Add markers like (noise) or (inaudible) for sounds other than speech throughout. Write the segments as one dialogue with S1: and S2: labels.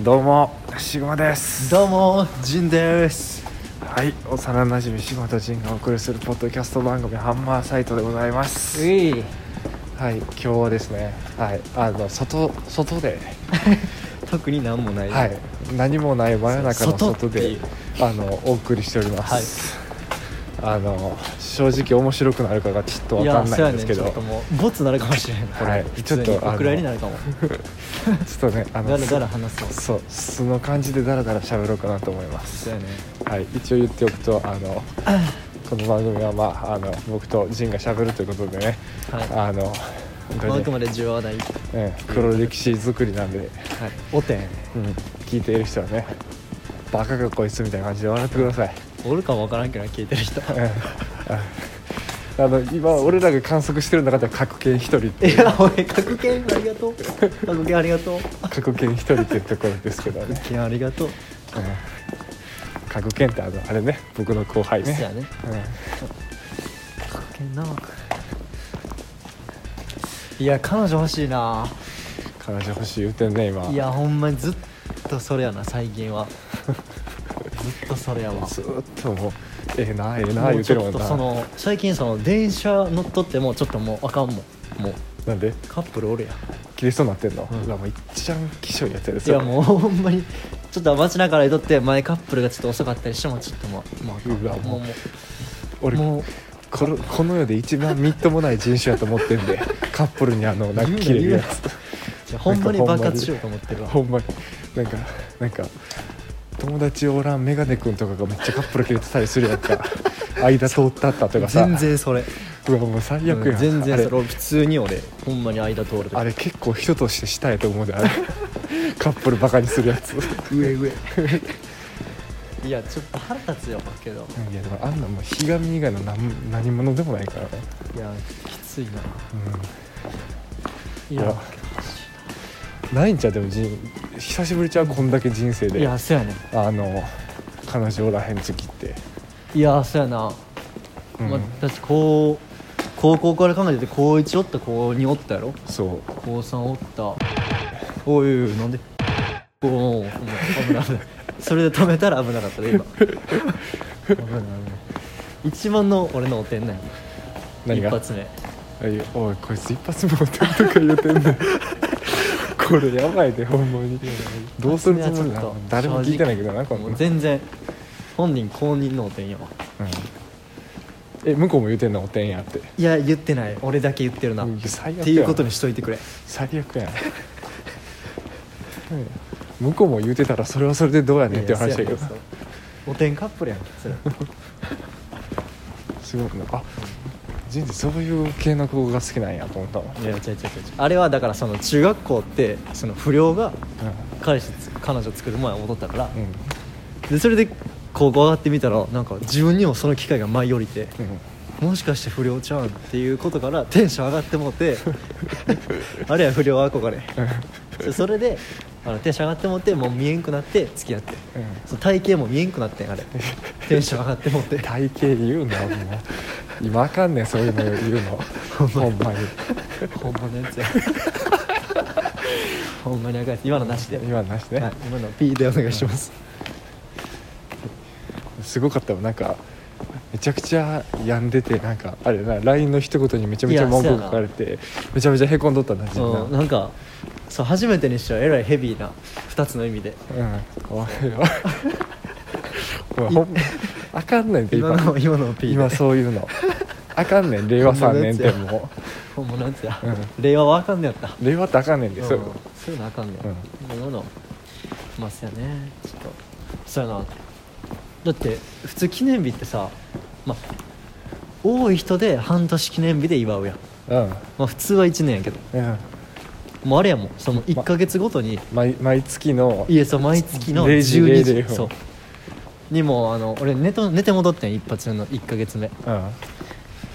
S1: どうもしごまです
S2: どうもジンです
S1: はい幼なじみしごまとジンがお送りするポッドキャスト番組ハンマーサイトでございます
S2: うい
S1: はい今日はですねはいあの外外で
S2: 特になんもない
S1: はい何もない真夜中の
S2: 外
S1: 外
S2: ってい
S1: で
S2: う
S1: あのお送りしております、あの正直面白くなるかがちょっとわ
S2: や
S1: かんな
S2: そう
S1: い
S2: や
S1: んで
S2: ね
S1: す
S2: ん
S1: け
S2: ち
S1: ど
S2: ょっともうボツなるかもしれないこれ、
S1: はい
S2: 普通に
S1: ちょっとあの
S2: お蔵入りになるかも
S1: ちょっとねあ
S2: だ
S1: の
S2: らだら話そう
S1: そう素の感じでダラダラ喋ろうかなと思います
S2: そうやね
S1: はい、一応言っておくとあのこの番組は、まあ、あの僕とジンがしゃべるということでね、
S2: はい
S1: あの本当
S2: まああ
S1: に
S2: くまで重要な、はい、
S1: うん黒歴史作りなんで、
S2: おてん
S1: うん、聞いている人はねバカがこいつみたいな感じで笑ってください、
S2: おるかもわからんけどな聞いてる人 (laughs) い
S1: うん、あの今俺らが観測してる中では角犬一人っていう
S2: や俺格言ありがとう格言ありがとう
S1: 角犬一人っていうところですけど
S2: (laughs)
S1: ね
S2: 格言ありがとう
S1: うん角犬ってあのあれね僕の後輩ね
S2: そうやね
S1: うん
S2: 格言ないや彼女欲しいな
S1: 彼女欲しい言うてんね今
S2: いやほんまにずっとそれやな最
S1: (laughs)
S2: 近はずっとそれやわ
S1: ずーっともうええなええな
S2: も
S1: 言
S2: う
S1: う
S2: ち
S1: てる
S2: ょ
S1: もん
S2: っと
S1: な
S2: その最近その電車乗っとってもちょっともうあかんもんもう
S1: なんで
S2: カップルおるやん
S1: 切れそうになってんの、
S2: うん
S1: いやもう一番気象やってる
S2: いやもうほんまにちょっと街中からいとって前カップルがちょっと遅かったりしてもちょっともうもうあかん
S1: うわも
S2: も
S1: う
S2: うもう
S1: 俺
S2: もう
S1: このこの世で一番みっともない人種やと思ってん
S2: (laughs)
S1: でカップルにあのなんか切れるやつ
S2: いやほんまに
S1: なんかほんまに
S2: 爆発しようと思ってるわ
S1: ほんまになんかなんか友達おらんメガネ君とかがめっちゃカップル切れてたりするやん
S2: (laughs)
S1: か間通ったったとかさ
S2: 全然それ
S1: うわもう最悪やん、
S2: うん全
S1: あ
S2: 然
S1: れ
S2: それ俺普通に俺ほんまに間通ると
S1: あれ結構人としてしたいと思うであれカップルバカにするやつ
S2: 上上いやちょっと腹立つよけど
S1: いやでもあんなもうひがみ以外の何何者でもないからね、
S2: いやきついな
S1: う
S2: い
S1: いや
S2: や
S1: ん、ないんちゃうでも人久しぶりちゃうこんだけ人生
S2: い
S1: で
S2: やそうやね
S1: あの彼女おらへん時って、
S2: いやそうやな
S1: うん
S2: まあ、私高高校から考えてて高1おった高2おったやろ
S1: そう
S2: 高3おったおいおいおいなんでおおお前危ない危ないそれで止めたら危なかったで今危ない危ない一番の俺のおてんなんや
S1: 何が
S2: 一発目
S1: はいおいこいつ一発目持ってるとか言うてんねん (laughs) これやばいでほんまにどうするつもりな
S2: 一発目はちょっ
S1: の
S2: と
S1: 誰も聞いてないけどなこん
S2: も
S1: な
S2: うん全然本人公認のおてんやわ
S1: うんえ向こうも言うてんのおてんやって
S2: いや言ってない俺だけ言ってるなっ
S1: うん最悪やん
S2: ていうことにしといてくれ
S1: 最悪やん (laughs) 向こうも言うてたらそれはそれでどうやねんっていう話だけど
S2: いやそうやそうおてんカップルやんそれ
S1: すごいなあ人生そういう系の子が好きなんやと思ったわ、
S2: いや違う違う違う違うあれはだからその中学校ってその不良が彼氏つ彼女作る前は戻ったから、
S1: うんうん
S2: でそれで高校上がってみたらなんか自分にもその機会が舞い降りて、
S1: うん
S2: もしかして不良ちゃうんっていうことからテンション上がってもう (laughs) てあれや不良憧れそそれであのテンション上がってもうてもう見えんくなって付き合って、
S1: うん
S2: その体型も見えんくなってんあ (laughs) れテンション上がってもうて
S1: 体型言うなお前 (laughs) 今あかんねんそういうの言うのほんまに
S2: ほんまのや (laughs) つやほんまに赤い今のなしで
S1: 今のなしね、
S2: はい、今の P でお願いします、
S1: すごかったわなんかめちゃくちゃ病んでてなんかあれな LINE の一言にめちゃめちゃ文句書かれてめちゃめちゃへこんどったんだ自分な
S2: うん、なんかそう初めてにしてはえらいヘビーな2つの意味で
S1: うんお (laughs) いおいお前ほんまあかんねんって
S2: 今の今の P で
S1: 今そういうのあかんねん令和3年っても
S2: ほんまなんつや、
S1: う
S2: 令和はあかんねやった
S1: う令和ってあかんねんで
S2: うん
S1: そういうの
S2: そういうのあかんねや、
S1: う
S2: 今のまあそうやねちょっとそうやなだって普通記念日ってさまあ多い人で半年記念日で祝うやん、
S1: うん
S2: まあ、普通は1年やけど
S1: うん
S2: もうあれやもんその1か月ごとに、
S1: 毎毎月の
S2: いえそう毎月の
S1: 0
S2: 12
S1: 時
S2: 時
S1: 00分
S2: そうにもあの俺寝と寝て戻ってん一発目の1か月目
S1: うん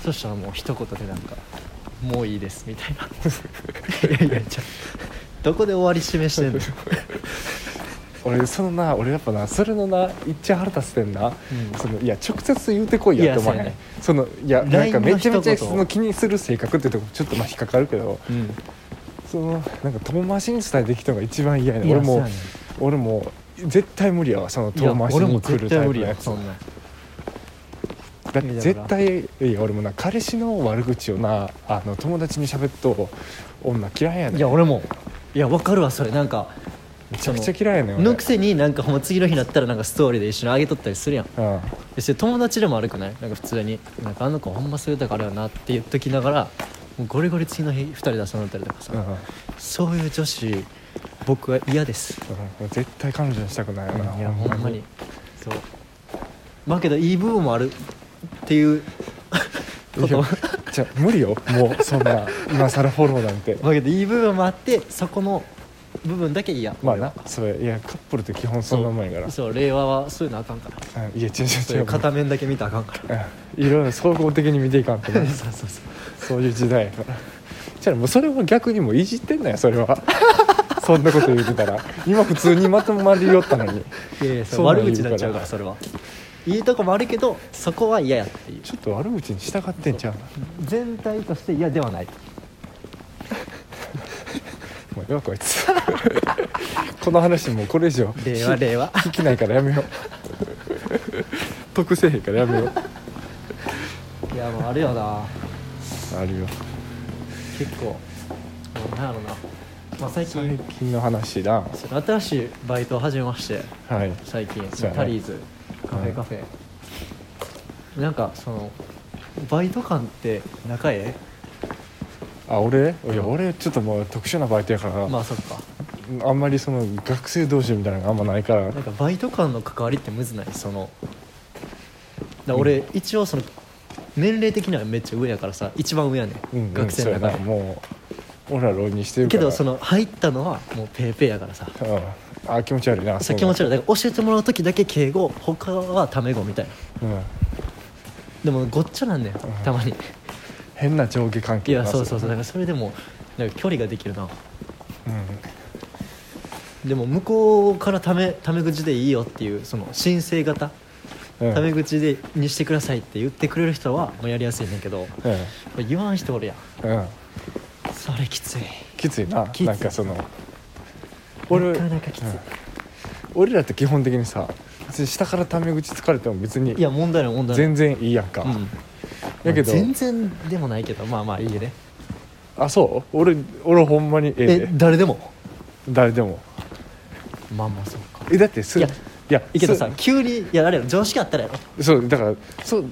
S2: そしたらもう一言でなんか「もういいです」みたいないやいやちょどこで終わり示してんの、
S1: 俺そのな俺やっぱなそれのな一応腹立つてんな、
S2: ん
S1: そのいや直接言うてこいやって思わへん
S2: いや
S1: そのいやなんか
S2: LINE の
S1: めちゃめちゃ
S2: 一言
S1: その気にする性格ってとこちょっとまあ引っかかるけど
S2: うん、
S1: そのなんか遠回しに伝えてきたのが一番嫌やね
S2: いや
S1: 俺も
S2: そううやね
S1: 俺もう絶対無理やわその
S2: いや
S1: 遠回し
S2: 俺も
S1: に来
S2: 絶
S1: るタ
S2: 対
S1: イプ
S2: 無理
S1: のや
S2: や
S1: つ
S2: そんなん
S1: だって絶対いや俺もな彼氏の悪口をなあの友達に喋っと女嫌いやねん
S2: いや俺もいや分かるわそれなんか
S1: めちゃくちゃ嫌いやねん俺
S2: のくせになんかほんま次の日になったらなんかストーリーで一緒にあげとったりするやん
S1: うん
S2: でそれ友達でも悪くないなんか普通に「なんかあの子ほんまそういうとこあるよな」って言っときながらもうゴリゴリ次の日2人で遊んだりとかさ、
S1: うん
S2: そういう女子僕は嫌です
S1: うん絶対彼女にしたくないよな、
S2: いやほんまにそうまあけどいい部分もあるっていう
S1: いや
S2: こと
S1: (laughs) じゃあ無理よもうそん
S2: (laughs)
S1: な今更フォローなんて
S2: まあけどいい部分もあってそこの部分だけ嫌
S1: まあなそれいやカップルって基本そんなもんやから
S2: そう令和はそういうのあかんから
S1: うんいや違う違
S2: そ
S1: う
S2: うい
S1: 違
S2: う
S1: う
S2: 片面だけ見たらあかんから
S1: うんいろいろ総合的に見ていかんとな
S2: (laughs) そうそうそう
S1: そういう時代やからじゃあもうそれは逆にもういじってんのよそれは (laughs) そんなこと言うてたら今普通にまとまりよったのに
S2: いやいやそ
S1: そううなの
S2: 悪口になっちゃうからそれはいいとこもあるけどそこは嫌やっていう
S1: ちょっと悪口に従ってんちゃうな
S2: 全体として嫌ではない
S1: もうええわこいつ (laughs) この話もうこれ以上
S2: 令 (laughs) 和令和
S1: 聞きないからや
S2: (laughs)
S1: めよう得せえへんからやめよう
S2: いやもうあれよな
S1: あるよ
S2: 結構もうなんやろな、まあ、最
S1: 最
S2: 近
S1: 近の話だ
S2: その新しいバイトを始めまして
S1: はい
S2: 最近
S1: そうやね
S2: タリーズカフェカフェ、なんかそのバイト感って仲え
S1: あ俺いや俺ちょっともう特殊なバイトやから、
S2: えまあそっか
S1: あんまりその学生同士みたいなのがあんまないから
S2: なんかバイト間の関わりってむずないそのだ俺、一応その年齢的にはめっちゃ上やからさ一番上やね、
S1: うんうん
S2: ん、学生の
S1: そうや
S2: 中
S1: な
S2: で
S1: もう俺ら浪人してるか
S2: け
S1: ら
S2: どその入ったのはもうペーペーやからさ
S1: うん、あ気持ち悪いな
S2: さ気持ち
S1: 悪、
S2: 悪いだから教えてもらう時だけ敬語他はタメ語みたいない
S1: うん、
S2: でもごっちゃなんだよ
S1: ん
S2: たま
S1: (laughs)
S2: に、
S1: 変な上下関
S2: い
S1: 係
S2: やそうそうそうだ
S1: う、
S2: からそれでもなんか距離ができるな
S1: う
S2: でも向こうからタメタメ口でいいよっていうその申請型
S1: んうん
S2: タメ口でにしてくださいって言ってくれる人はもうやりやすいねんだけど
S1: う
S2: 言わん人おるやん
S1: ん、うん、
S2: それきつい
S1: きついな
S2: きつい
S1: なんかその
S2: なかなかきつい、
S1: うん俺らって基本的にさ別に下からタメ口疲れても別に
S2: いや問題ない問題ない
S1: 全然いいやんか、
S2: うん
S1: やけど
S2: 全然でもないけどまあまあいいよね
S1: あそう俺俺ほんまにええ
S2: え
S1: で
S2: 誰でも
S1: 誰でも
S2: まあまあそうか
S1: えだってす
S2: いや
S1: いや
S2: いいけどさ
S1: そ
S2: 急にいやあれよ常識あったらやろ
S1: そうだからそう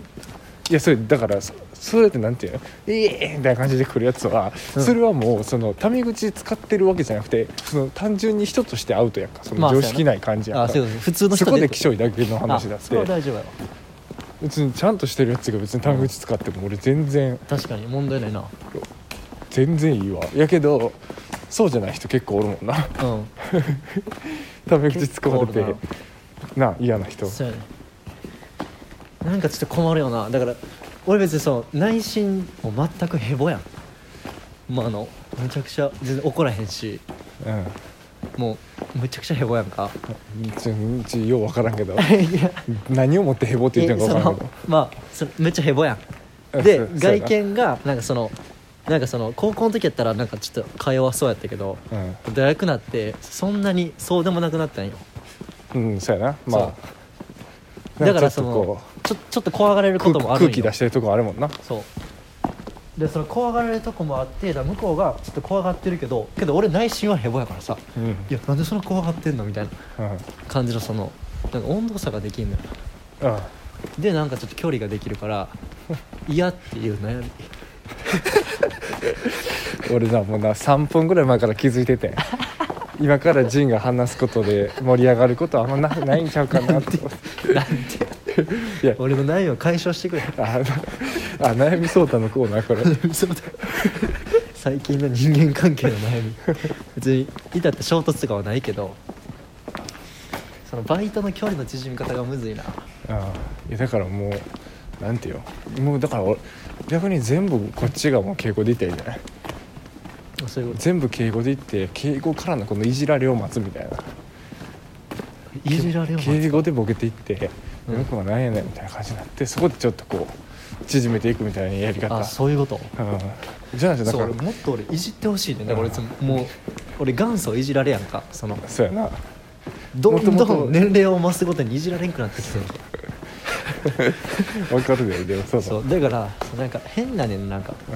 S1: いやそれだからそそれってなんていうのええみたいな感じで来るやつは、
S2: うん
S1: それはもうそのタメ口使ってるわけじゃなくてその単純に人としてアウトやんかそ
S2: ま
S1: の
S2: あそう
S1: 常
S2: やな
S1: 識ない感じやんか、
S2: あそういうこと普通の人
S1: そこで気象いだけの話だ
S2: あ
S1: っ
S2: それは
S1: て
S2: 大丈夫やわ
S1: 別にちゃんとしてるやつが別にタメ口使っても俺全然
S2: 確かに問題ないな
S1: 全然いいわやけどそうじゃない人結構おるもんな
S2: うん
S1: タメ口使われて
S2: 結構
S1: な嫌な人
S2: そうやねなんかちょっと困るよなだから俺別にその内心もう全くヘボやんまああのむちゃくちゃ全然怒らへんし
S1: うん
S2: もうむちゃくちゃヘボやんか
S1: ちょちょよう分からんけど
S2: いや
S1: 何をもってヘボって言って
S2: え
S1: る
S2: そ
S1: のか分か
S2: の
S1: らん
S2: まあそのめっちゃヘボや
S1: うん
S2: んで
S1: そうそうや
S2: 外
S1: な
S2: 見がなんかそのなんかその高校の時やったらなんかちょっとか弱そうやったけど
S1: けどうん
S2: 大学なってそんなにそうでもなくなったんよ
S1: うんそうやなまあ
S2: だから
S1: ち
S2: そ
S1: ょっとこ
S2: のちょちょっと怖がられる
S1: う
S2: こともあ
S1: 空
S2: る
S1: 空
S2: んよ
S1: 気出してるとこあるもんな
S2: そうでその怖がられるとこもあってだから向こうがちょっと怖がってるけどけど俺内心はヘボやからさ
S1: うん、うん
S2: いやなんでそんな怖がってんのみたいな感じのそのなんか温度差ができんのよ
S1: うん
S2: でなんかちょっと距離ができるから
S1: (laughs)
S2: 嫌っていう悩み
S1: 俺なもうな3分ぐらい前から気づいて
S2: (laughs)
S1: て今からジンが話すことで盛り上がることはあんまなないんちゃうかなって
S2: なんて
S1: いや
S2: 俺の悩みを解消してくれ
S1: ああ悩み相談のコーナーこれ
S2: (laughs) 嘘だ最近の人間関係の悩み別に至って衝突とかはないけどそのバイトの距離の縮み方がむずいな
S1: あいやだからもうなんてよもうだから俺逆に全部こっちがもう敬語でいったらいいんじゃない
S2: そういうこと
S1: 全部敬語でいって敬語からのこのいじられを待つみたいない
S2: じられを待つ
S1: 敬語でボケていって
S2: うん
S1: 向こうはなんやねんみたいな感じになってそこでちょっとこう縮めていくみたいなやり方
S2: あそういうこと
S1: うんじゃあじゃあだ
S2: そう
S1: から
S2: 俺もっと俺いじってほしいねだから俺いつももう俺元祖いじられやんかその
S1: そうやな
S2: どん
S1: も
S2: ど
S1: ともと
S2: ん年齢を増すごとにいじられんくなってきてる
S1: わかるよでもそう
S2: そ
S1: そう
S2: うだからそうなんか変なねんなんか
S1: うん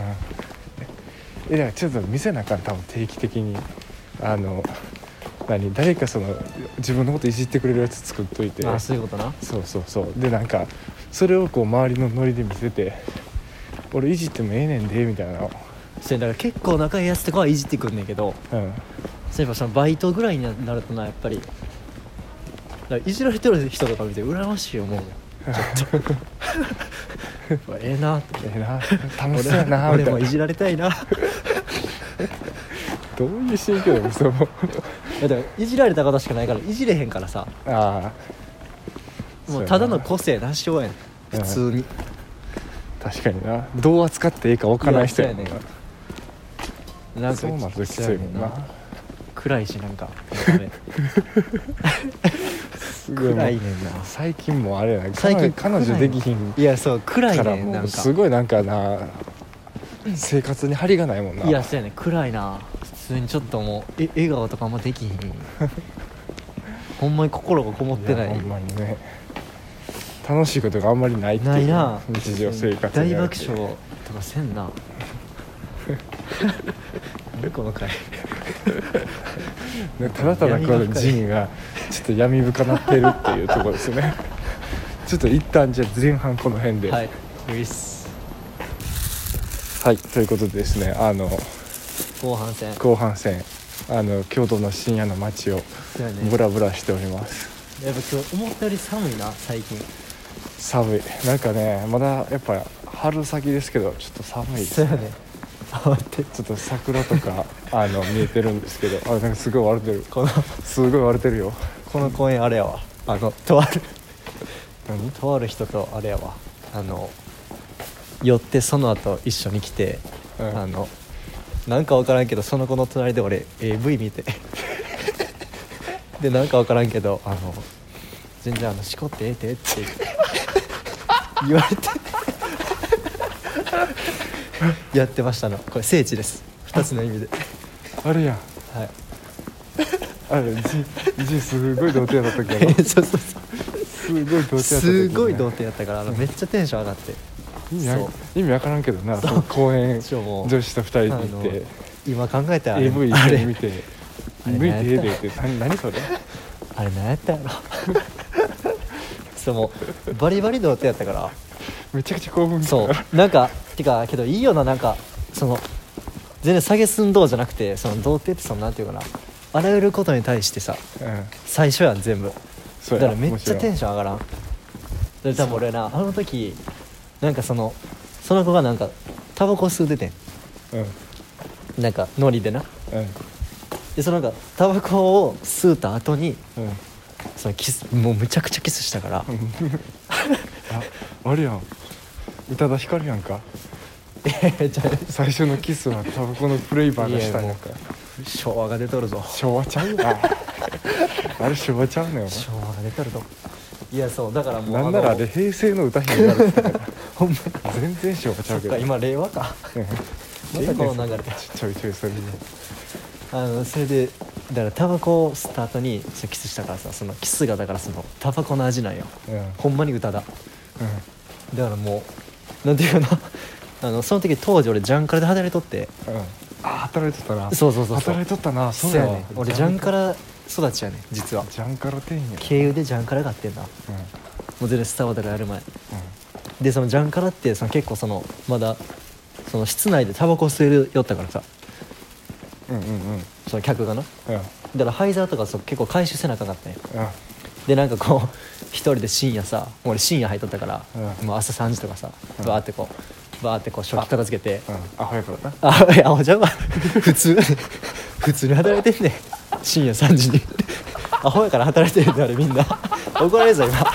S1: えだからちょっと見せなあかん多分定期的にあの何誰かその自分のこといじってくれるやつ作っといて
S2: あそういうことな
S1: そうそうそうでなんかそれをこう周りのノリで見せて俺いじってもええねんでみたいなの
S2: そうだから結構仲いいやつとかはいじってくんねんけど
S1: うん
S2: そういえばそのバイトぐらいになるとなやっぱりだからいじられてる人とか見て羨ましい思うよちょっと (laughs) ええなって
S1: (laughs) ええな楽し
S2: 俺
S1: そうやなみ
S2: 俺
S1: た
S2: も
S1: い
S2: い
S1: な
S2: じられたいない
S1: どういう心境でもその
S2: やだからいじられたことしかないからいじれへんからさ
S1: ああ
S2: も
S1: そう
S2: う
S1: やな
S2: ただの個性なしようやねん普通に、
S1: 確かになどう扱っていいか分からない人やもん
S2: いや
S1: な
S2: そうなん
S1: そうな
S2: か
S1: るときついもんな
S2: 暗いしなんか見た目
S1: すごいも
S2: 暗
S1: (laughs) う
S2: いねんな
S1: 最近もあれやな
S2: 最近
S1: 彼女彼
S2: 暗い
S1: 女
S2: の
S1: できひん
S2: いやそう暗
S1: か
S2: い
S1: ら
S2: ねん
S1: も
S2: なん
S1: う
S2: か
S1: すごいなんかな生活に張りがないもんない
S2: やそうやねん暗いな普通にちょっともうえ笑顔とかあんまできひん
S1: (laughs)
S2: ほんまに心がこもってない
S1: いやほんまにね楽しいことがあんまりないっていう
S2: ないな
S1: 日常生活
S2: 大
S1: におい
S2: 爆
S1: て
S2: 笑とかせ
S1: (laughs)
S2: んな何この回
S1: ねただただこ
S2: 闇
S1: の
S2: 深い
S1: ジンがちょっと闇深なってるっていうところですね (laughs) ちょっと一旦じゃあ前半この辺で
S2: はいウィス
S1: はいということでですねあの
S2: 後半戦
S1: 後半戦あの京都の深夜の街を
S2: そうやね
S1: ブラブラしております
S2: やっぱ今日思ったより寒いな最近
S1: 寒いなんかねまだやっぱ春先ですけどちょっと寒いで
S2: そ
S1: す
S2: うや
S1: ね
S2: ね触って
S1: ちょっと桜とかあの見えてるんですけどあなんかすごい割れてる
S2: この
S1: すごい割れてるよ
S2: この公園あれやわあのとある (laughs)
S1: 何
S2: とある人とあれやわあの寄ってその後一緒に来て、
S1: うん
S2: あのなんか分からんけどその子の隣で俺 AV 見て (laughs) でなんか分からんけどあの全然あのしこってええてって言われて (laughs) やってましたのこれ聖地です2つの意味で
S1: あれやん
S2: はい
S1: あれジンジンすごい童貞だったけど
S2: (laughs) そうそうそう
S1: すごい童貞だった時
S2: すごい童
S1: ね
S2: 貞やったからあのめっちゃテンション上がって
S1: 意味わ
S2: そう
S1: 意味わからんけどなその公園
S2: そうもう
S1: 女子と二人で行っ
S2: あ
S1: て
S2: の今考えたらあれ
S1: AV 一
S2: あ
S1: 緒に
S2: れ
S1: 見て
S2: あれ
S1: 抜いてええでって何何それ
S2: あれ何やったんやろ (laughs) そうもうバリバリ童貞やったから
S1: めちゃくちゃ興奮
S2: そ
S1: した
S2: うなんかてかけどいいよななんかその全然下げすんどうじゃなくてその童貞ってそのなんていうかなあらゆることに対してさ
S1: うん
S2: 最初やん全部
S1: そ
S2: だ
S1: う
S2: か
S1: や
S2: らめっちゃテン
S1: シ
S2: ション上がらんで多分俺なあの時なんかそのその子がなんかタバコ吸うてて
S1: ョンうん
S2: んなんかノリでな
S1: うん
S2: でそのなんかタバコを吸うた後に
S1: うん
S2: そのキスもうむちゃくちゃキスしたから (laughs)
S1: ああれやん宇多田ヒカルやんか
S2: えじゃ
S1: 最初のキスはタバコのフレーバーがしたんやんか
S2: あ昭和が出とるぞ
S1: 昭和ちゃうなあれ昭和ちゃうねんお
S2: 昭和が出とるぞいやそうだからもう
S1: 前なんならあれ
S2: の
S1: 平成の歌姫になるってたか
S2: ほんま
S1: ら全然昭和ちゃ
S2: そうっ
S1: け
S2: か
S1: ど
S2: 今令和か
S1: うん
S2: またこの流れ
S1: ちちょいちょいそれで
S2: あのそれでだからタバコを吸った後にそうキスしたからさそのキスがだからそのタバコの味なんよ
S1: うんうん
S2: ほんまに歌だだからもうなんていうかなあのその時当時俺ジャンカラで働いとって
S1: うんあー働いとったな
S2: そうそうそうそう
S1: 働いとったなそうだ
S2: やね
S1: わ
S2: ん俺ジャンカラ育ちやねん実は
S1: ジャンカラ店員や
S2: 経由でジャンカラがあってんなも
S1: うん
S2: う全然スタバとかやる前でそのジャンカラってその結構そのまだその室内でタバコ吸えるよったからさ
S1: うんうんうんうん
S2: その客がなだ
S1: うん
S2: から灰皿とかそう結構回収せなあかんかったんよ
S1: うん
S2: でなんかこう (laughs) 一人で深夜さもう俺深夜入っとったから、
S1: うん
S2: もう朝3時とかさ
S1: うん
S2: バーってこうバーってこう食器片付けて
S1: うんアホやからな
S2: あいやおじゃんは (laughs) 普通普通に働いてんねん深夜3時にアホやから働いてるんだあれみんな怒られるぞ今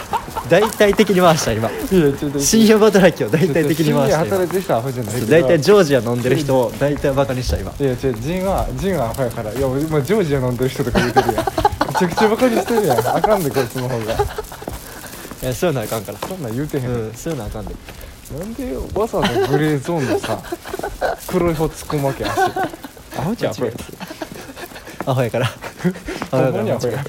S2: 大体的に回した今
S1: いやちょっと
S2: 深夜働きを大体的に回し
S1: 深夜
S2: た
S1: 働
S2: 今
S1: いてる人はアホじゃないけど
S2: 大体ジョージア飲んでる人を大体バカにした今
S1: いや違うジンはジンはアホやからいや俺今ジョージア飲んでる人とか言うてるやんめちゃくちゃバカにしてるやんあかんでこいつの方が
S2: いやそういうのあかんから
S1: そんなん言うてへん、
S2: うんそういうのあかんで
S1: なんでわざわざグレーゾーンの
S2: (laughs)
S1: さ黒い方突っ込むわけ足アホじゃんこれ
S2: (laughs) アホやからアホ
S1: ほ
S2: や
S1: ん
S2: か
S1: まに
S2: ら
S1: アホや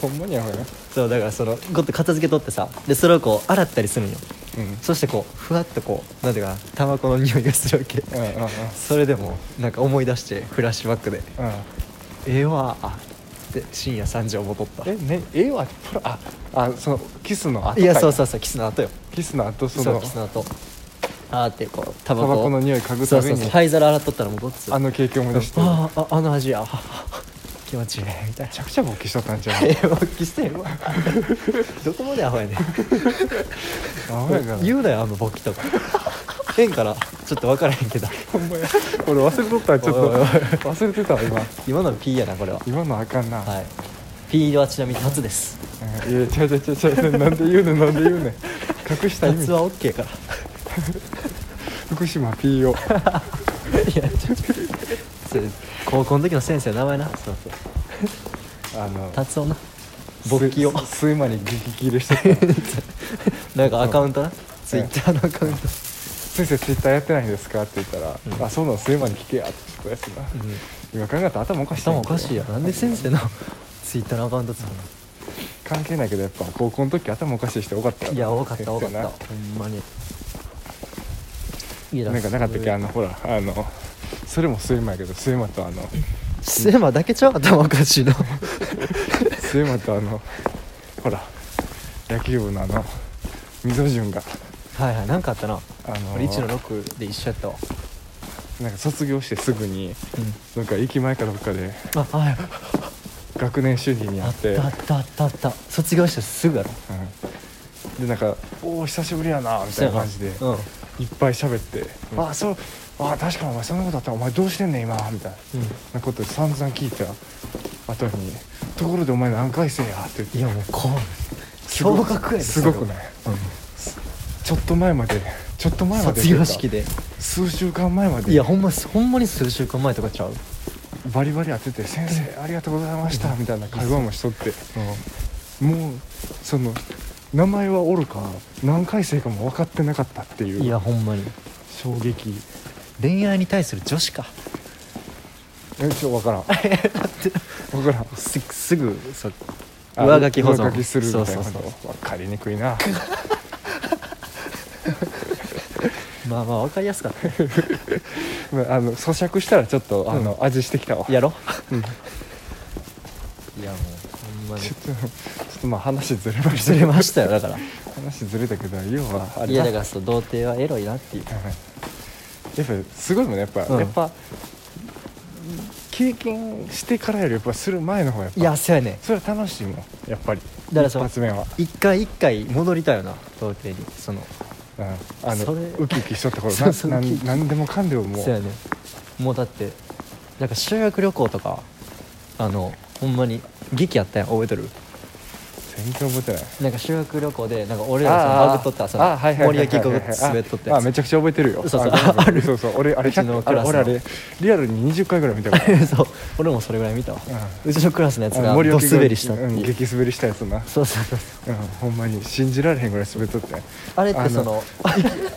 S1: ほんまにアホやな
S2: そうだからそのゴッと片付けとってさでそれをこう洗ったりするんよ
S1: うん
S2: そしてこうふわっとこうなんていうかなタバコの匂いがするわけ
S1: うんうんうん
S2: それでもなんか思い出してフラッシュバックで
S1: うん
S2: 「ええわ」って深夜3時を戻った
S1: えねえはプロああそのキスの後か
S2: いやそうそうそうキスの後よ
S1: キスの後そ
S2: そう
S1: の
S2: キスの後あーってこう
S1: タ
S2: タバコ
S1: バコの匂い
S2: そ
S1: 嗅
S2: う
S1: ぐ
S2: そ
S1: た
S2: う
S1: め
S2: そう
S1: に
S2: 灰皿洗っとったらもうごっつ
S1: あの経験思い出してめ
S2: あーああの味やははは気持ちいいみたいな
S1: ちゃくちゃ勃起しとったんちゃう
S2: え勃起してるわ (laughs) どこまでアホやねん
S1: アホやから
S2: 言うなよあの勃起とかええんからちょっと分からへんけど
S1: ほんまや俺忘れとったちょっと
S2: おいおいおい
S1: 忘れてたわ今
S2: 今の P やなこれは
S1: 今のあかんな、
S2: はい P はちなみに初です
S1: うんいやちゃうちゃうちゃうちゃうなんで言うねんなんで言うねん隠した意
S2: 初
S1: 味
S2: は OK から
S1: 福島 P を
S2: (laughs) いやちょっとそれ高校の時の先生の名前なそうそう
S1: あの
S2: 達夫な勃 (laughs) 起を
S1: す吸う間に激切れして
S2: (laughs)
S1: た
S2: なんかアカウントなツイッターのアカウント、
S1: 先生ツイッターやってないんですかって言ったら、
S2: うん
S1: あそうなの吸う間に聞けやってちょっとやつな、
S2: うん、
S1: 今考えたら頭おかしい
S2: 頭おかしいやんなんで先生の (laughs) ツイッターのアカウントつうの
S1: 関係ないけどやっぱ高校の時頭おかしい人多かったよ
S2: いや多かった多かっ
S1: 先生
S2: (laughs) た
S1: な
S2: ほんまにいや
S1: なんかなかったっけあ
S2: の
S1: のほらあのそれも睡魔やけど睡魔とあの
S2: (laughs) セマだけちゃう頭おかしい (laughs) の
S1: 睡魔とあのほら野球部のあの溝潤が
S2: はいはいなんかあったな
S1: あの
S2: 俺1の6で一緒やったわ、
S1: なんか卒業してすぐになんか駅前かどっかで
S2: あはい
S1: 学年主義に
S2: あ
S1: あ
S2: っ
S1: って、うん
S2: たあったあったあった卒業してすぐやろ
S1: でなんか「おお久しぶりやな」みたいな感じで
S2: そうやない
S1: っぱい喋って「
S2: うん
S1: あそうあ確かにお前そんなことあったお前どうしてんねん今」みたいな。
S2: うん、うん
S1: なことで散々聞いた後に「ところでお前何回生や?」って言って
S2: いやもうこう
S1: すご
S2: 驚
S1: い
S2: 愕やです
S1: ごくないちょっと前までちょっと前まで
S2: 卒業式
S1: ってい
S2: で
S1: うか数週間前まで
S2: いやほんまほんまに数週間前とかちゃう、
S1: バリバリやってて「先生ありがとうございました」みたいな会話もしとってもうその名前はおるか何回生かも分かってなかったって
S2: い
S1: い
S2: や
S1: う
S2: ほんまに
S1: 衝撃
S2: 恋愛に対する女子か
S1: えちょ分
S2: (laughs)
S1: からん分からん
S2: すすぐそ
S1: あ
S2: (laughs) 上書き保存
S1: 上書きするみたいな
S2: そうそうそ
S1: 分かりにくいな
S2: まあまあ分かりやすかったね
S1: まああの咀嚼したらちょっとあの味してきたわ
S2: やろ
S1: うん
S2: いやもうほんまに
S1: (laughs) ちょっと、ちょっとまあ話ずれました
S2: ず
S1: け
S2: れ
S1: ど
S2: ましたよだから
S1: 話ずれたけど、要はあれ
S2: いやだからそう童貞はエロいなっていう
S1: うんやっぱすごいもんね、やっぱ、
S2: うん
S1: やっぱ経験してからよりやっぱする前の方がやっぱ
S2: いやそうやね
S1: それは楽しいもん、やっぱり
S2: だから
S1: 一
S2: そう
S1: 発目は、
S2: 一回一回戻りたいよな童貞にその
S1: うん、あの
S2: それ
S1: ウキウキしとった頃
S2: (laughs) そうそう
S1: な
S2: ウキウ
S1: ん
S2: キ
S1: なんでもかんでももう
S2: そうやねもうだってなんか修学旅行とかあのほんまに劇やったやん覚えてる
S1: 全然覚えてない
S2: なんか修学旅行でなんか俺らそのバグっとったその
S1: あーはいはいはい
S2: 森
S1: はい
S2: 脇子が滑っとった
S1: あ
S2: や
S1: あめ
S2: つ
S1: ちゃくちゃ覚えてるよ
S2: そうそう
S1: あ
S2: ある
S1: そうそう俺あれ
S2: うちの
S1: 100あれ
S2: クラスの
S1: 俺あれリアルに20回ぐらい見たから
S2: (laughs) そう俺もそれぐらい見たわ、うちのクラスのやつ
S1: あの
S2: が
S1: 森
S2: ド
S1: 脇
S2: 滑りしたって
S1: う
S2: い
S1: ん
S2: う、
S1: 激滑りしたやつな
S2: そうそうそう
S1: うん、ほんまに信じられへんぐらい滑っとって
S2: あれってその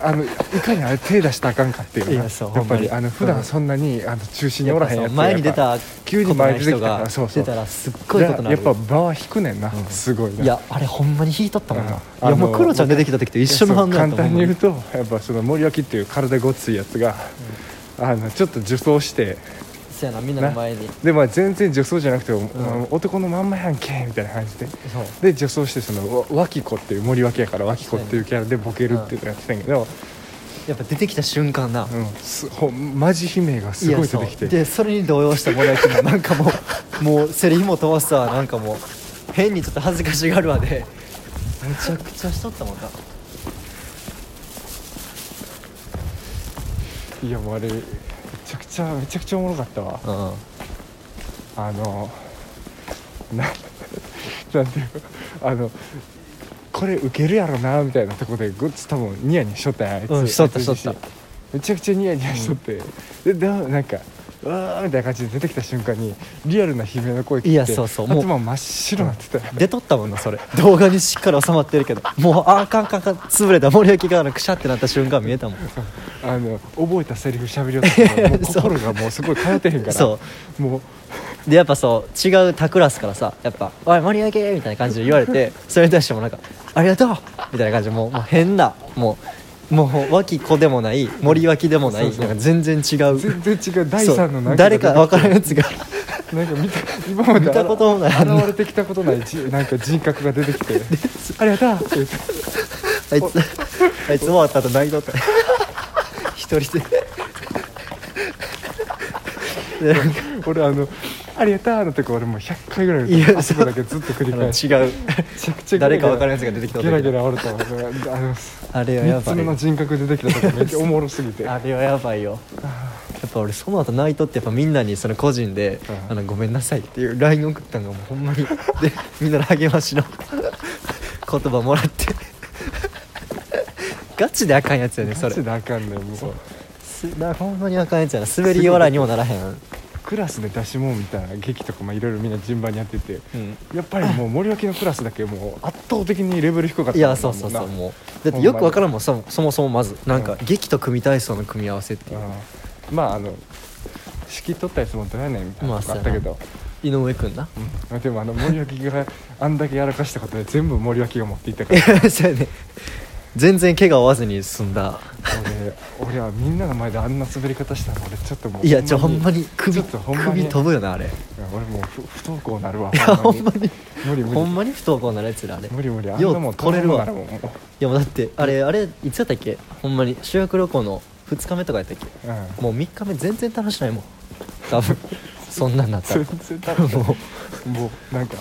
S1: あのいかにあれ手出したらあかんかっていうないや
S2: やそう
S1: っぱ
S2: ほんま
S1: り
S2: に
S1: あの普段そんなに、あの中心におらへん
S2: や
S1: や
S2: っ
S1: つ
S2: ぱその前に出
S1: や
S2: た
S1: っぱ急に前に出て
S2: 人
S1: きたか
S2: が
S1: らそうそう
S2: 出たらすっごいことになる
S1: やっぱ場は引くねんな、すごいない
S2: やあれほんまに引いとったもんな、
S1: うん
S2: い
S1: あの
S2: やもうクロちゃん出てきた時と一緒の
S1: そう
S2: 反応やった
S1: 簡単に言う
S2: と
S1: とやっぱその森脇っていう体ごっついやつが、あのちょっと女装して
S2: そうやなみんなの前に
S1: で、まあ、全然女装じゃなくて、まあ男のまんまやんけみたいな感じで
S2: そう
S1: で女装してそのわ脇子っていう森脇やから脇子っていうキャラでボケるっていうのやってたんやけど、
S2: やっぱ出てきた瞬間な、
S1: うん、すほんマジ悲鳴がすごい出てき
S2: やそう
S1: て
S2: でそれに動揺したモナキ
S1: (laughs)
S2: もなんかもうもうセリフも飛ばすわなんかもう変にちょっと恥ずかしがるわでめちゃくちゃしとったもんない
S1: やもうあれめちゃくちゃめちゃくちゃおもろかったわ
S2: うん
S1: あのな (laughs) なんていうかあのこれウケるやろなみたいなとこでグッズ多分ニヤニヤしとったやんあいつ、
S2: うんしとっ
S1: あ
S2: た
S1: いつ自身
S2: しとった
S1: めちゃくちゃニヤニヤしとって、ででもなんかうわーみたいな感じで出てきた瞬間にリアルな悲鳴の声聞いて
S2: いやそうそうもう
S1: 頭真っ白になってたよ
S2: 出とったもんなそれ動画にしっかり収まってるけどもうあーかんかんかん潰れた森脇があのくしゃってなった瞬間見えたもん
S1: あの覚えたセリフ喋りよったけどもう
S2: (laughs) そう
S1: 心がもうすごい通ってへんから
S2: そ
S1: もう
S2: でやっぱそう違う他クラスからさやっぱ「おい盛り上げ!」みたいな感じで言われ
S1: (laughs)
S2: てそれに対してもなんか「ありがとう!」みたいな感じでもうもう変なもうもう脇子でもない森脇でもない
S1: そうそう
S2: なんか全然違う
S1: 全然違う第三の
S2: そう
S1: 何
S2: 誰か分
S1: か
S2: からんや
S1: (laughs)
S2: つが
S1: 出てきてなんか見た今まで
S2: 見たこともない
S1: 現現れてきたことないじなんか人格が出てきてありがとうって言って
S2: あいつあいつ終わった後泣
S1: (laughs)
S2: いとった一人ででなんか
S1: 俺あの「ありがとう」のとこ俺もう100回ぐらい
S2: い
S1: 言う
S2: や
S1: あそこだけずっと繰
S2: あ
S1: り
S2: の
S1: 返して (laughs)
S2: 違う
S1: めちゃくちゃ
S2: 誰か分からんやつが出てきた
S1: ゲラゲラ笑ったわあの
S2: あれはや
S1: 3
S2: ば
S1: つ目の
S2: い
S1: 人格出てきたとこめっちゃおもろすぎて
S2: (laughs) あれはやばいよやっぱ俺その後ナイトってやっぱみんなにその個人で「
S1: うん
S2: あのごめんなさい」っていう LINE 送ったんがもうほん (laughs) まにでみんなの励ましの言葉もらって (laughs) ガチであかんやつやねそ
S1: マ
S2: れ
S1: ジであかんねんもう
S2: すなほんまにあかんやつやな滑り笑いにもならへん、
S1: クラスで出し物みたいな劇とかまあいろいろみんな順番にやってて
S2: うん、
S1: やっぱりもう森脇のクラスだけもう圧倒的にレベル低かった
S2: いやそうそうそ
S1: も
S2: うもうだってよくわからんもんそそもそもまずなんか劇と組体操の組み合わせっていう
S1: うんまああの仕切っとったやつもどうやねんみたいな
S2: まあ
S1: とこあったけど、
S2: 井上くんな (laughs)
S1: うんでもあの森脇があんだけやらかしたことで全部森脇が持っていった
S2: (laughs)
S1: から
S2: そうやね全然怪我を負わずに済んだ
S1: 俺俺はみんなの前であんな滑り方したの俺ちょっともう
S2: い
S1: い
S2: やちょほんまに
S1: ち
S2: 首
S1: ょっとほんまに
S2: 首飛ぶよなあれ
S1: 俺もう不不登校なるわ
S2: いやほんまに
S1: 無理無理
S2: ほんまに不登校なやつらあれい
S1: 無理無理あん
S2: よう
S1: なもん
S2: 取れるわ
S1: 頼むならも
S2: やもうだってあれあれいつやったっけほんまに修学旅行の2日目とかやったっけ
S1: う、うん、
S2: もう3日目全然楽しないもん
S1: (laughs)
S2: 多分そんなんなったら
S1: 全然楽し
S2: も
S1: いもうなんか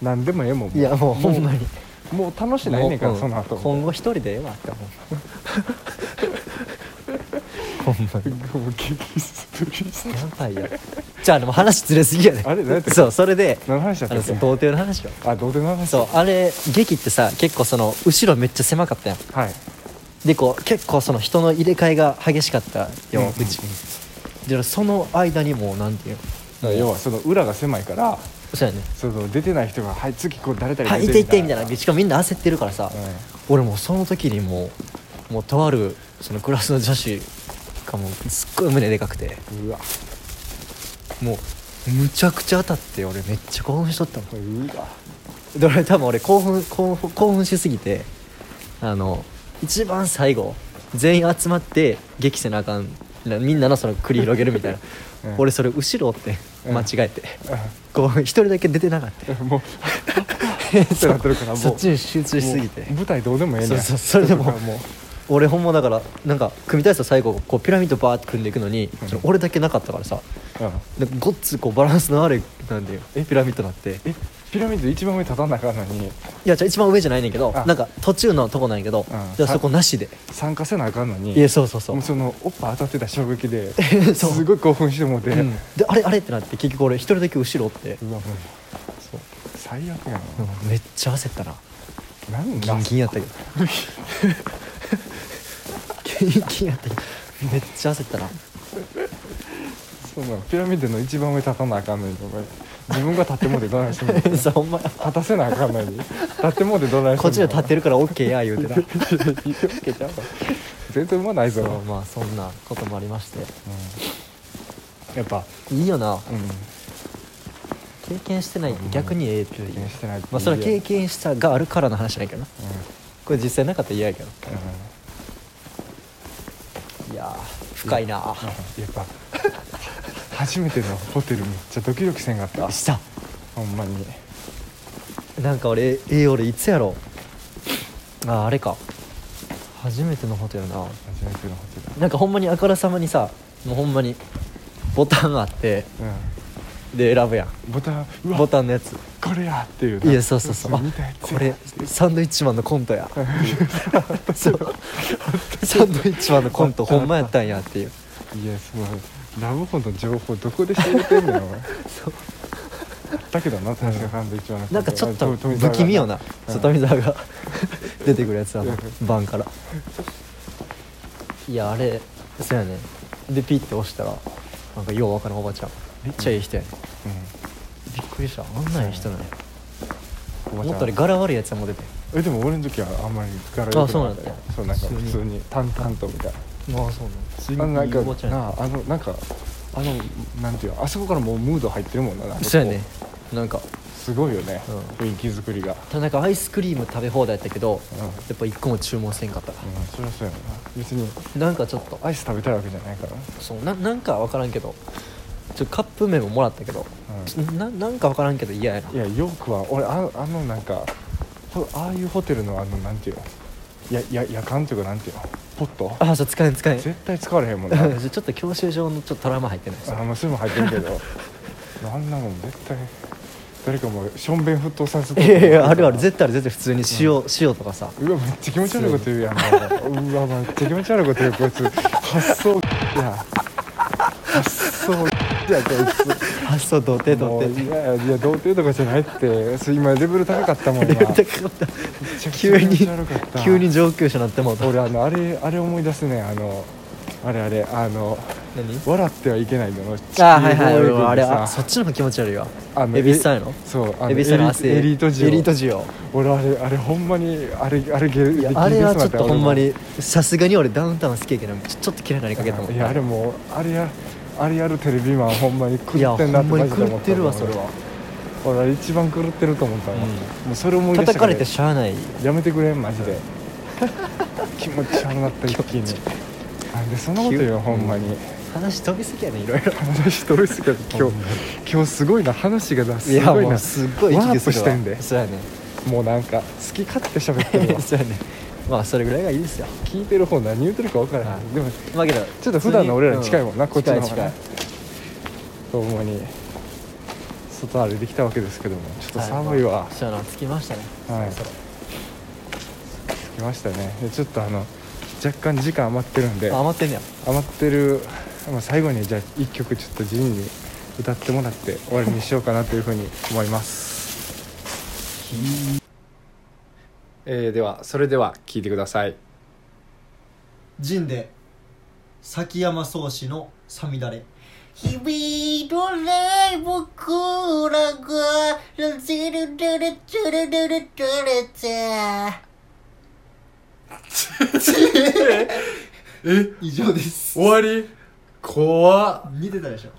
S1: 何でもええもん
S2: ういやもうほんまに
S1: うもう楽しないねんから
S2: もう
S1: その後
S2: 今後一人でええわって思うほんまに
S1: もう激ストリス
S2: やばいよじゃあでも話ずれすぎやね
S1: あれ何やったっけ
S2: そうそれで
S1: 何の話だっ
S2: あ
S1: た
S2: の
S1: っ
S2: そ
S1: け
S2: の童貞の話よ
S1: あどうでも話
S2: そうあれ劇ってさ結構その後ろめっちゃ狭かったやん
S1: はい
S2: でこう結構その人の入れ替えが激しかったよ、
S1: う
S2: うんちでその間にもうなんていう
S1: だから要はその裏が狭いから
S2: のそうやね
S1: その出てない人が「はい次こう誰々
S2: は
S1: が
S2: い
S1: 出て
S2: いていてみたいな
S1: う
S2: しかもみんな焦ってるからさ、
S1: ん
S2: 俺もうその時にもうもうとあるそのクラスの女子がもうすっごい胸でかくて
S1: うわ
S2: もうむちゃくちゃ当たって俺めっちゃ興奮しとったもん
S1: うわ
S2: で俺多分俺興奮興奮興奮しすぎてあの一番最後全員集まって激せなあかんなみんなのその繰り広げるみたいな、
S1: うん
S2: 俺それ後ろって
S1: うん
S2: 間違えて、こう一人だけ出てなかっ
S1: (laughs) もう
S2: た
S1: てなってるからもう
S2: そっちに集中しすぎて
S1: もう舞台どうでもええねん
S2: そうそうそれでも
S1: だからもう
S2: 俺ほんまだからなんか組み体操最後こうピラミッドバーって組んでいくのに、
S1: うん
S2: その俺だけなかったからさ
S1: うん
S2: でごっつこうバランスのあるなんだよ
S1: え
S2: ピラミッドなって
S1: えピラミッド一番上立たなあかんのに
S2: いやじゃあ一番上じゃないねんけど
S1: あ
S2: なんか途中のとこなんやけど、
S1: ん
S2: じゃあそこなしで
S1: 参加せなあかんのに
S2: いやそうそうそう
S1: もうそのおっぱ当たってた衝撃で
S2: (laughs) そう
S1: すごい興奮してもうて、う
S2: うんであれあれってなって結局俺一人だけ後ろおって
S1: わもう
S2: そう
S1: 最悪やな、
S2: めっちゃ焦ったな
S1: なん
S2: ギ
S1: だ
S2: ンギンやったけどギンギンやったけどめっちゃ焦ったな
S1: (laughs) そんなピラミッドの一番上立たなあかんのにお前自分が立ってもうてどないしても立
S2: そうほんまや
S1: たせなあかんのに立ってもうてどないしても
S2: こっちで立ってるから OK や言
S1: (laughs)
S2: うてな
S1: 引き受けちゃうわ全然うまないぞ、
S2: そうまあそんなこともありまして
S1: うんやっぱ
S2: いいよな
S1: うん
S2: 経験してないって逆にええっていう
S1: 経験してないっていい
S2: まあそれは経験したがあるからの話じゃないけどな
S1: うん
S2: これ実際なかったら嫌やけど
S1: うん
S2: いやー深いなあ
S1: やっぱ初めてのホテルめっちゃドキドキせんかった
S2: した
S1: ほんまに
S2: なんか俺えー俺いつやろあーあれか初めてのホテルな
S1: 初めてのホテ
S2: なんかほんまにあからさまにさもうほんまにボタンがあって
S1: ル、
S2: で選ぶやん
S1: うん、ボタンうわ
S2: ボタンのやつ
S1: これやっていう
S2: いやそうそうそうあ
S1: 見たやつ
S2: これサンドイッチマンのコン
S1: (laughs)
S2: トやそうサンドイッチマンのコントほんまやったんやっていう
S1: いやそのラブホの情報どこで仕入れてんのよお前
S2: (laughs) そう
S1: だけどな確かサンドイッチマンの
S2: なんかちょっと
S1: 富富澤
S2: 不
S1: が
S2: 気味よな
S1: うん
S2: そう富澤が (laughs) 出てくるやつあのバンからいやあれそうやねでピッて押したらなんかようわからんおばちゃんめっちゃいい人やねびっくりしたあんないい人なんや
S1: うんおばち
S2: も
S1: ゃん
S2: っとあれ柄悪いやつやも出て
S1: えでも俺の時はあんまり柄良く
S2: あそうなんだ
S1: かったよそうなんか普
S2: 普
S1: 通
S2: 通
S1: に淡々とみたいな
S2: まあそうな
S1: あ
S2: の
S1: なん
S2: 普通にいい
S1: か
S2: おばちゃんや
S1: なああのなんかあのなんていうのあそこからもうムード入ってるもんななんかこ
S2: そうやねなんか
S1: すごいよね、
S2: う
S1: 雰囲気作りが、
S2: ただなんかアイスクリーム食べ放題やったけど、
S1: うん
S2: やっぱ一個も注文せんかった
S1: うん、そりゃそうやろな別に
S2: なんかちょっと
S1: アイス食べたいわけじゃないからな
S2: そうななんか分からんけどちょカップ麺ももらったけど、ななんか分からんけど嫌やない
S1: やよくは俺ああのなんかほああいうホテルのあのなんていうのやや夜間というかなんていうのポット
S2: ああそう使えん使えんち
S1: 絶対使われへん
S2: (laughs)
S1: もんなあ
S2: ょっと教習所のちょっとトラウマ入ってないです
S1: まあそれも入ってるけどあんなもん絶対誰かもうしょんべん沸騰させて
S2: いやいやあるある絶対ある絶対普通に塩、塩とかさ
S1: うわめっちゃ気持ち悪いこと言
S2: (laughs)
S1: うやんうわめっちゃ気持ち悪いこと言うこいつ発想や発想やこいつ
S2: あそう童貞童
S1: もう
S2: 貞
S1: いやいや童貞とかじゃないってそれ今レベル高かったもんな
S2: レベル高かった急に急に上級者になってもうた
S1: 俺あのあれあれ思い出すねあのあれあれあの
S2: 何
S1: 笑ってはいけないのの地球
S2: あーはいはい
S1: 防衛軍
S2: 俺
S1: で
S2: も
S1: さ
S2: あれあそっちの方が気持ち悪いわ
S1: あの
S2: エビスさんやろ
S1: そうあの
S2: エビスさんの汗
S1: エリエリート
S2: エ
S1: エ
S2: リ
S1: リ
S2: ート需要
S1: 俺あれあれほんまにあれあれゲい
S2: あれはちょっとほんまにさすがに俺ダウンタウン好きやけどちょちょっと嫌いなりかけたもん
S1: いやあれもうあれやあれやるテレビマンほんまに狂
S2: いや
S1: ってん
S2: ほ
S1: なっ
S2: ん
S1: て
S2: ま
S1: マ
S2: に
S1: ジで
S2: 狂
S1: 思
S2: っ
S1: った
S2: てるわそれは
S1: 俺あれ一番狂ってると思ったわ、
S2: うん
S1: もうそれ思い出した
S2: 叩
S1: けど
S2: かれてしゃあない
S1: やめてくれマジで
S2: (laughs)
S1: 気持ち悪くなった一気になんでそんなこと言うのほんまに
S2: 話飛びすぎやねいろいろ
S1: 話通りすぎた今
S2: ほんま
S1: 日今日すごいな話がだす
S2: いや
S1: ごい
S2: もう
S1: な
S2: すっごい
S1: ワ
S2: 息
S1: ー
S2: す
S1: プ
S2: る
S1: してんで
S2: そうやね
S1: もうなんか好き勝手喋ってる
S2: (laughs)
S1: わ
S2: そうやねまあそれぐらいがいいですよ
S1: 聞いてる方何言うてるか分から
S2: は
S1: ないいでも
S2: まあけど
S1: ちょっと普段の俺らに近いもんな、
S2: う
S1: こっちの方
S2: 近
S1: が
S2: い
S1: ねほんまに外歩いてきたわけですけどもちょっと
S2: 近い
S1: 寒いわ、
S2: はいそうやな着きましたね
S1: はい
S2: そろそ
S1: 来ましたねでちょっとあの若干時間余ってるんで
S2: ろあ余ってんねや
S1: 余ってる、まあ、最後にじゃあ1曲ちょっとジンに歌ってもらって終わりにしようかなというふうに思います、えーではそれでは聴いてください
S3: 陣で崎山宗氏の「さみだれ」
S4: 日々のない僕らがラジルルルルルルルルル
S3: 以上です
S1: 終わり怖っ
S3: 似てたでしょ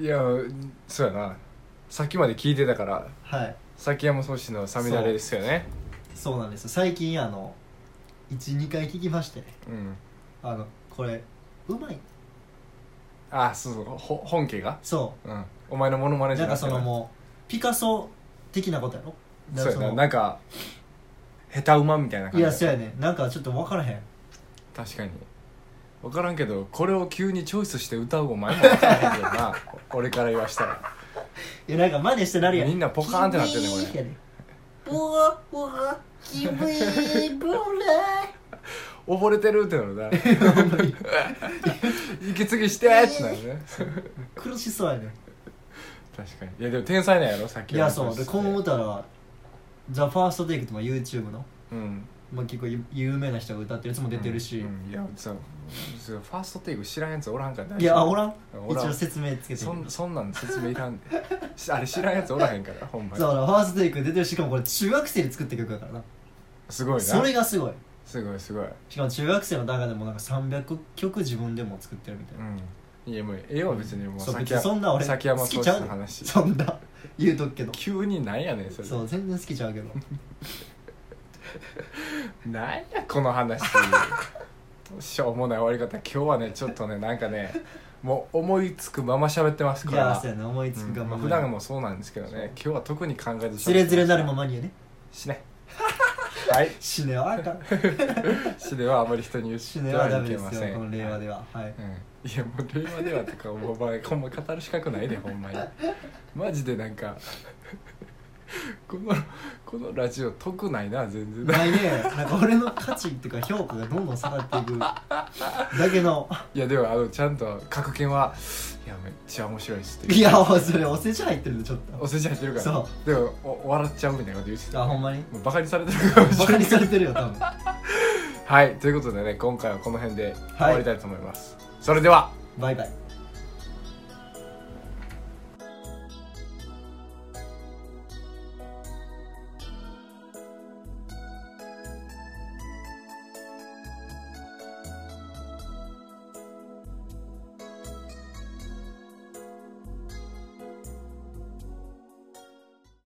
S1: いやそうやなさっきまで聞いてたから
S3: はい
S1: 崎山宗志のさみだれですよね
S3: そうなんです最近あの12回聞きまして
S1: うん
S3: あのこれうまい
S1: あそうそうほ本家が
S3: そ
S1: うんお前のモノマネ
S3: う
S1: じ
S3: な
S1: ゃ
S3: ん
S1: な
S3: か
S1: くて
S3: そのもうピカソ的なことやろだか
S1: そ
S3: ら
S1: うや
S3: そ
S1: な
S3: の
S1: なんか下手馬みたいな感
S3: い
S1: じ
S3: やそうやねなんかちょっと分からへん
S1: 確かに分からんけどこれを急にチョイスして歌うお前も分からんけどな俺から言わしたら
S3: いやなんか真似してなるやん
S1: みんなポカーンってなってるねこ
S3: い
S1: れ
S3: やね
S4: 僕僕君のない
S1: 溺れてるって
S3: (laughs)
S1: なるな息継ぎしてーってなるね
S3: 苦しそうやね
S1: 確かにいやでも天才なんやろさっき
S3: いやそうでこの歌は「ザ・ファーストテイクってまあ YouTube の、
S1: うん
S3: まあ、結構有有名な人が歌ってるやつも出てるし、
S1: うんうんいやそうそうファーストテイク知らんやつおらんから大丈夫
S3: いやおらん
S1: お
S3: 一
S1: らん
S3: 応説明つけて
S1: そ
S3: る
S1: んそんなん説明いらんでしあれ知らんやつおらへんからほんま
S3: そう
S1: に
S3: だからファーストテイク出てるしかもこれ中学生で作った曲だからな
S1: すごいな
S3: それがすごい
S1: すごいすごい
S3: しかも中学生の中でもなんか300曲自分でも作ってるみたいな、
S1: うんいやもうええわ別にもう
S3: そう
S1: 崎
S3: 別に
S1: 山
S3: そんな俺
S1: 崎山
S3: 好
S1: 宗
S3: き
S1: 師
S3: ちゃう
S1: の
S3: で
S1: 話
S3: そんな言うとくけど
S1: 急になんやねんそれ
S3: そう全然好きちゃうけ
S1: (laughs)
S3: ど
S1: なんやこの話しょうもない終わり方今日はねちょっとねなんかねもう思いつくまま喋ってます
S3: い
S1: から
S3: やそうやな思いつ
S1: う
S3: く
S1: ん
S3: が
S1: ま
S3: ま
S1: あ
S3: ま
S1: 普段もそうなんですけどね今日は特に考えず喋ってます
S3: ズレズレなるままにやね
S1: しねはい
S3: 死ねはあ
S1: (laughs)
S3: かん
S1: しではあまり人に言っ
S3: 死
S1: て
S3: ねはダ
S1: はい
S3: メ
S1: け
S3: で
S1: ますせ
S3: よ
S1: ん
S3: この令和でははい
S1: うんいやもう令和ではとかお前ほんま語る資格ないでほんまにマジでなんかこのこのラジオ得ないな全然
S3: ないねなんか俺の価値っていうか評価がどんどん下がっていくだけ
S1: (laughs)
S3: の
S1: いやでもあのちゃんと格言はいやめっちゃ面白いっすって
S3: いやおいそれお世辞入ってるのちょっ
S1: お
S3: と
S1: 世辞入ってるから
S3: そ
S1: でもお笑っちゃうみたいなこと言ってた
S3: あほんまに
S1: もうバカにされてるかもし
S3: バ
S1: れ
S3: カ
S1: ない
S3: にされてるよ多分
S1: はいということでね今回はこの辺で終わりたいと思います、それでは
S3: バイバイ